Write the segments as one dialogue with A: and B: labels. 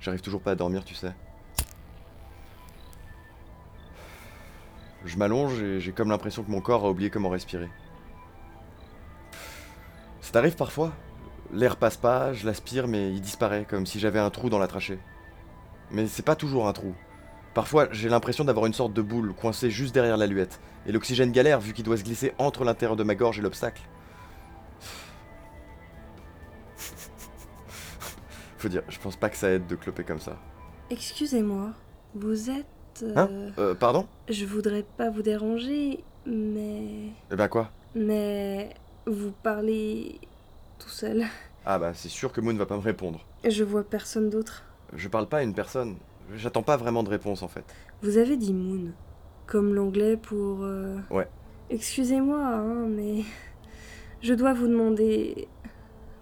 A: J'arrive toujours pas à dormir, tu sais. Je m'allonge et j'ai comme l'impression que mon corps a oublié comment respirer. Ça t'arrive parfois L'air passe pas, je l'aspire, mais il disparaît, comme si j'avais un trou dans la trachée. Mais c'est pas toujours un trou. Parfois, j'ai l'impression d'avoir une sorte de boule coincée juste derrière la luette, et l'oxygène galère vu qu'il doit se glisser entre l'intérieur de ma gorge et l'obstacle. Faut dire, je pense pas que ça aide de cloper comme ça.
B: Excusez-moi, vous êtes. euh,
A: Hein Euh, pardon
B: Je voudrais pas vous déranger, mais.
A: Eh ben quoi
B: Mais. Vous parlez. tout seul.
A: Ah bah c'est sûr que Moon va pas me répondre.
B: Je vois personne d'autre.
A: Je parle pas à une personne. J'attends pas vraiment de réponse en fait.
B: Vous avez dit moon, comme l'anglais pour. euh,
A: Ouais.
B: Excusez-moi, hein, mais. Je dois vous demander.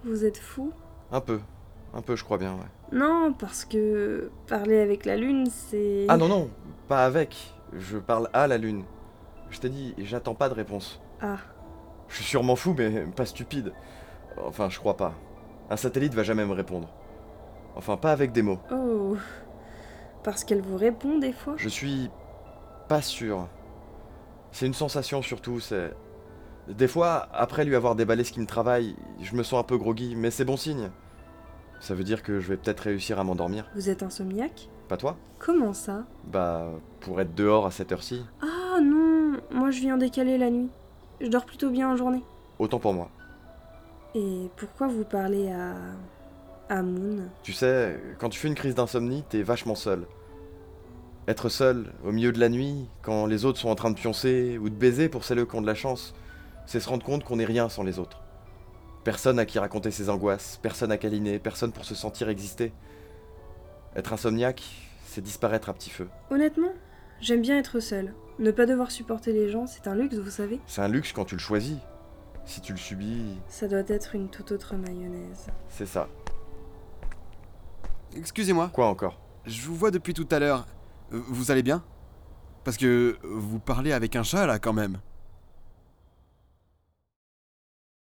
B: Vous êtes fou
A: Un peu. Un peu, je crois bien, ouais.
B: Non, parce que. Parler avec la lune, c'est.
A: Ah non, non, pas avec. Je parle à la lune. Je t'ai dit, j'attends pas de réponse.
B: Ah,
A: Je suis sûrement fou, mais pas stupide. Enfin, je crois pas. Un satellite va jamais me répondre. Enfin, pas avec des mots.
B: oh. Parce qu'elle vous répond des fois
A: Je suis pas sûr. C'est une sensation surtout, c'est... Des fois, après lui avoir déballé ce qui me travaille, je me sens un peu groggy, mais c'est bon signe. Ça veut dire que je vais peut-être réussir à m'endormir.
B: Vous êtes insomniaque
A: Pas toi
B: Comment ça
A: Bah, pour être dehors à cette heure-ci,
B: Ah non, moi je viens décaler la nuit. Je dors plutôt bien en journée.
A: autant pour moi.
B: Et pourquoi vous parlez à. à Moon
A: Tu sais, quand tu fais une crise d'insomnie, t'es vachement seul. Être seul, au milieu de la nuit, quand les autres sont en train de pioncer ou de baiser pour celles qui ont de la chance, c'est se rendre compte qu'on est rien sans les autres. Personne à qui raconter ses angoisses, personne à câliner, personne pour se sentir exister. Être insomniaque, c'est disparaître à petit feu.
B: Honnêtement, j'aime bien être seule. Ne pas devoir supporter les gens, c'est un luxe, vous savez.
A: C'est un luxe quand tu le choisis. Si tu le subis,
B: Ça doit être une toute autre mayonnaise.
A: c'est ça.
C: Excusez-moi,
A: Quoi encore
C: je vous vois depuis tout à l'heure. Euh, Vous allez bien Parce que vous parlez avec un chat là quand même.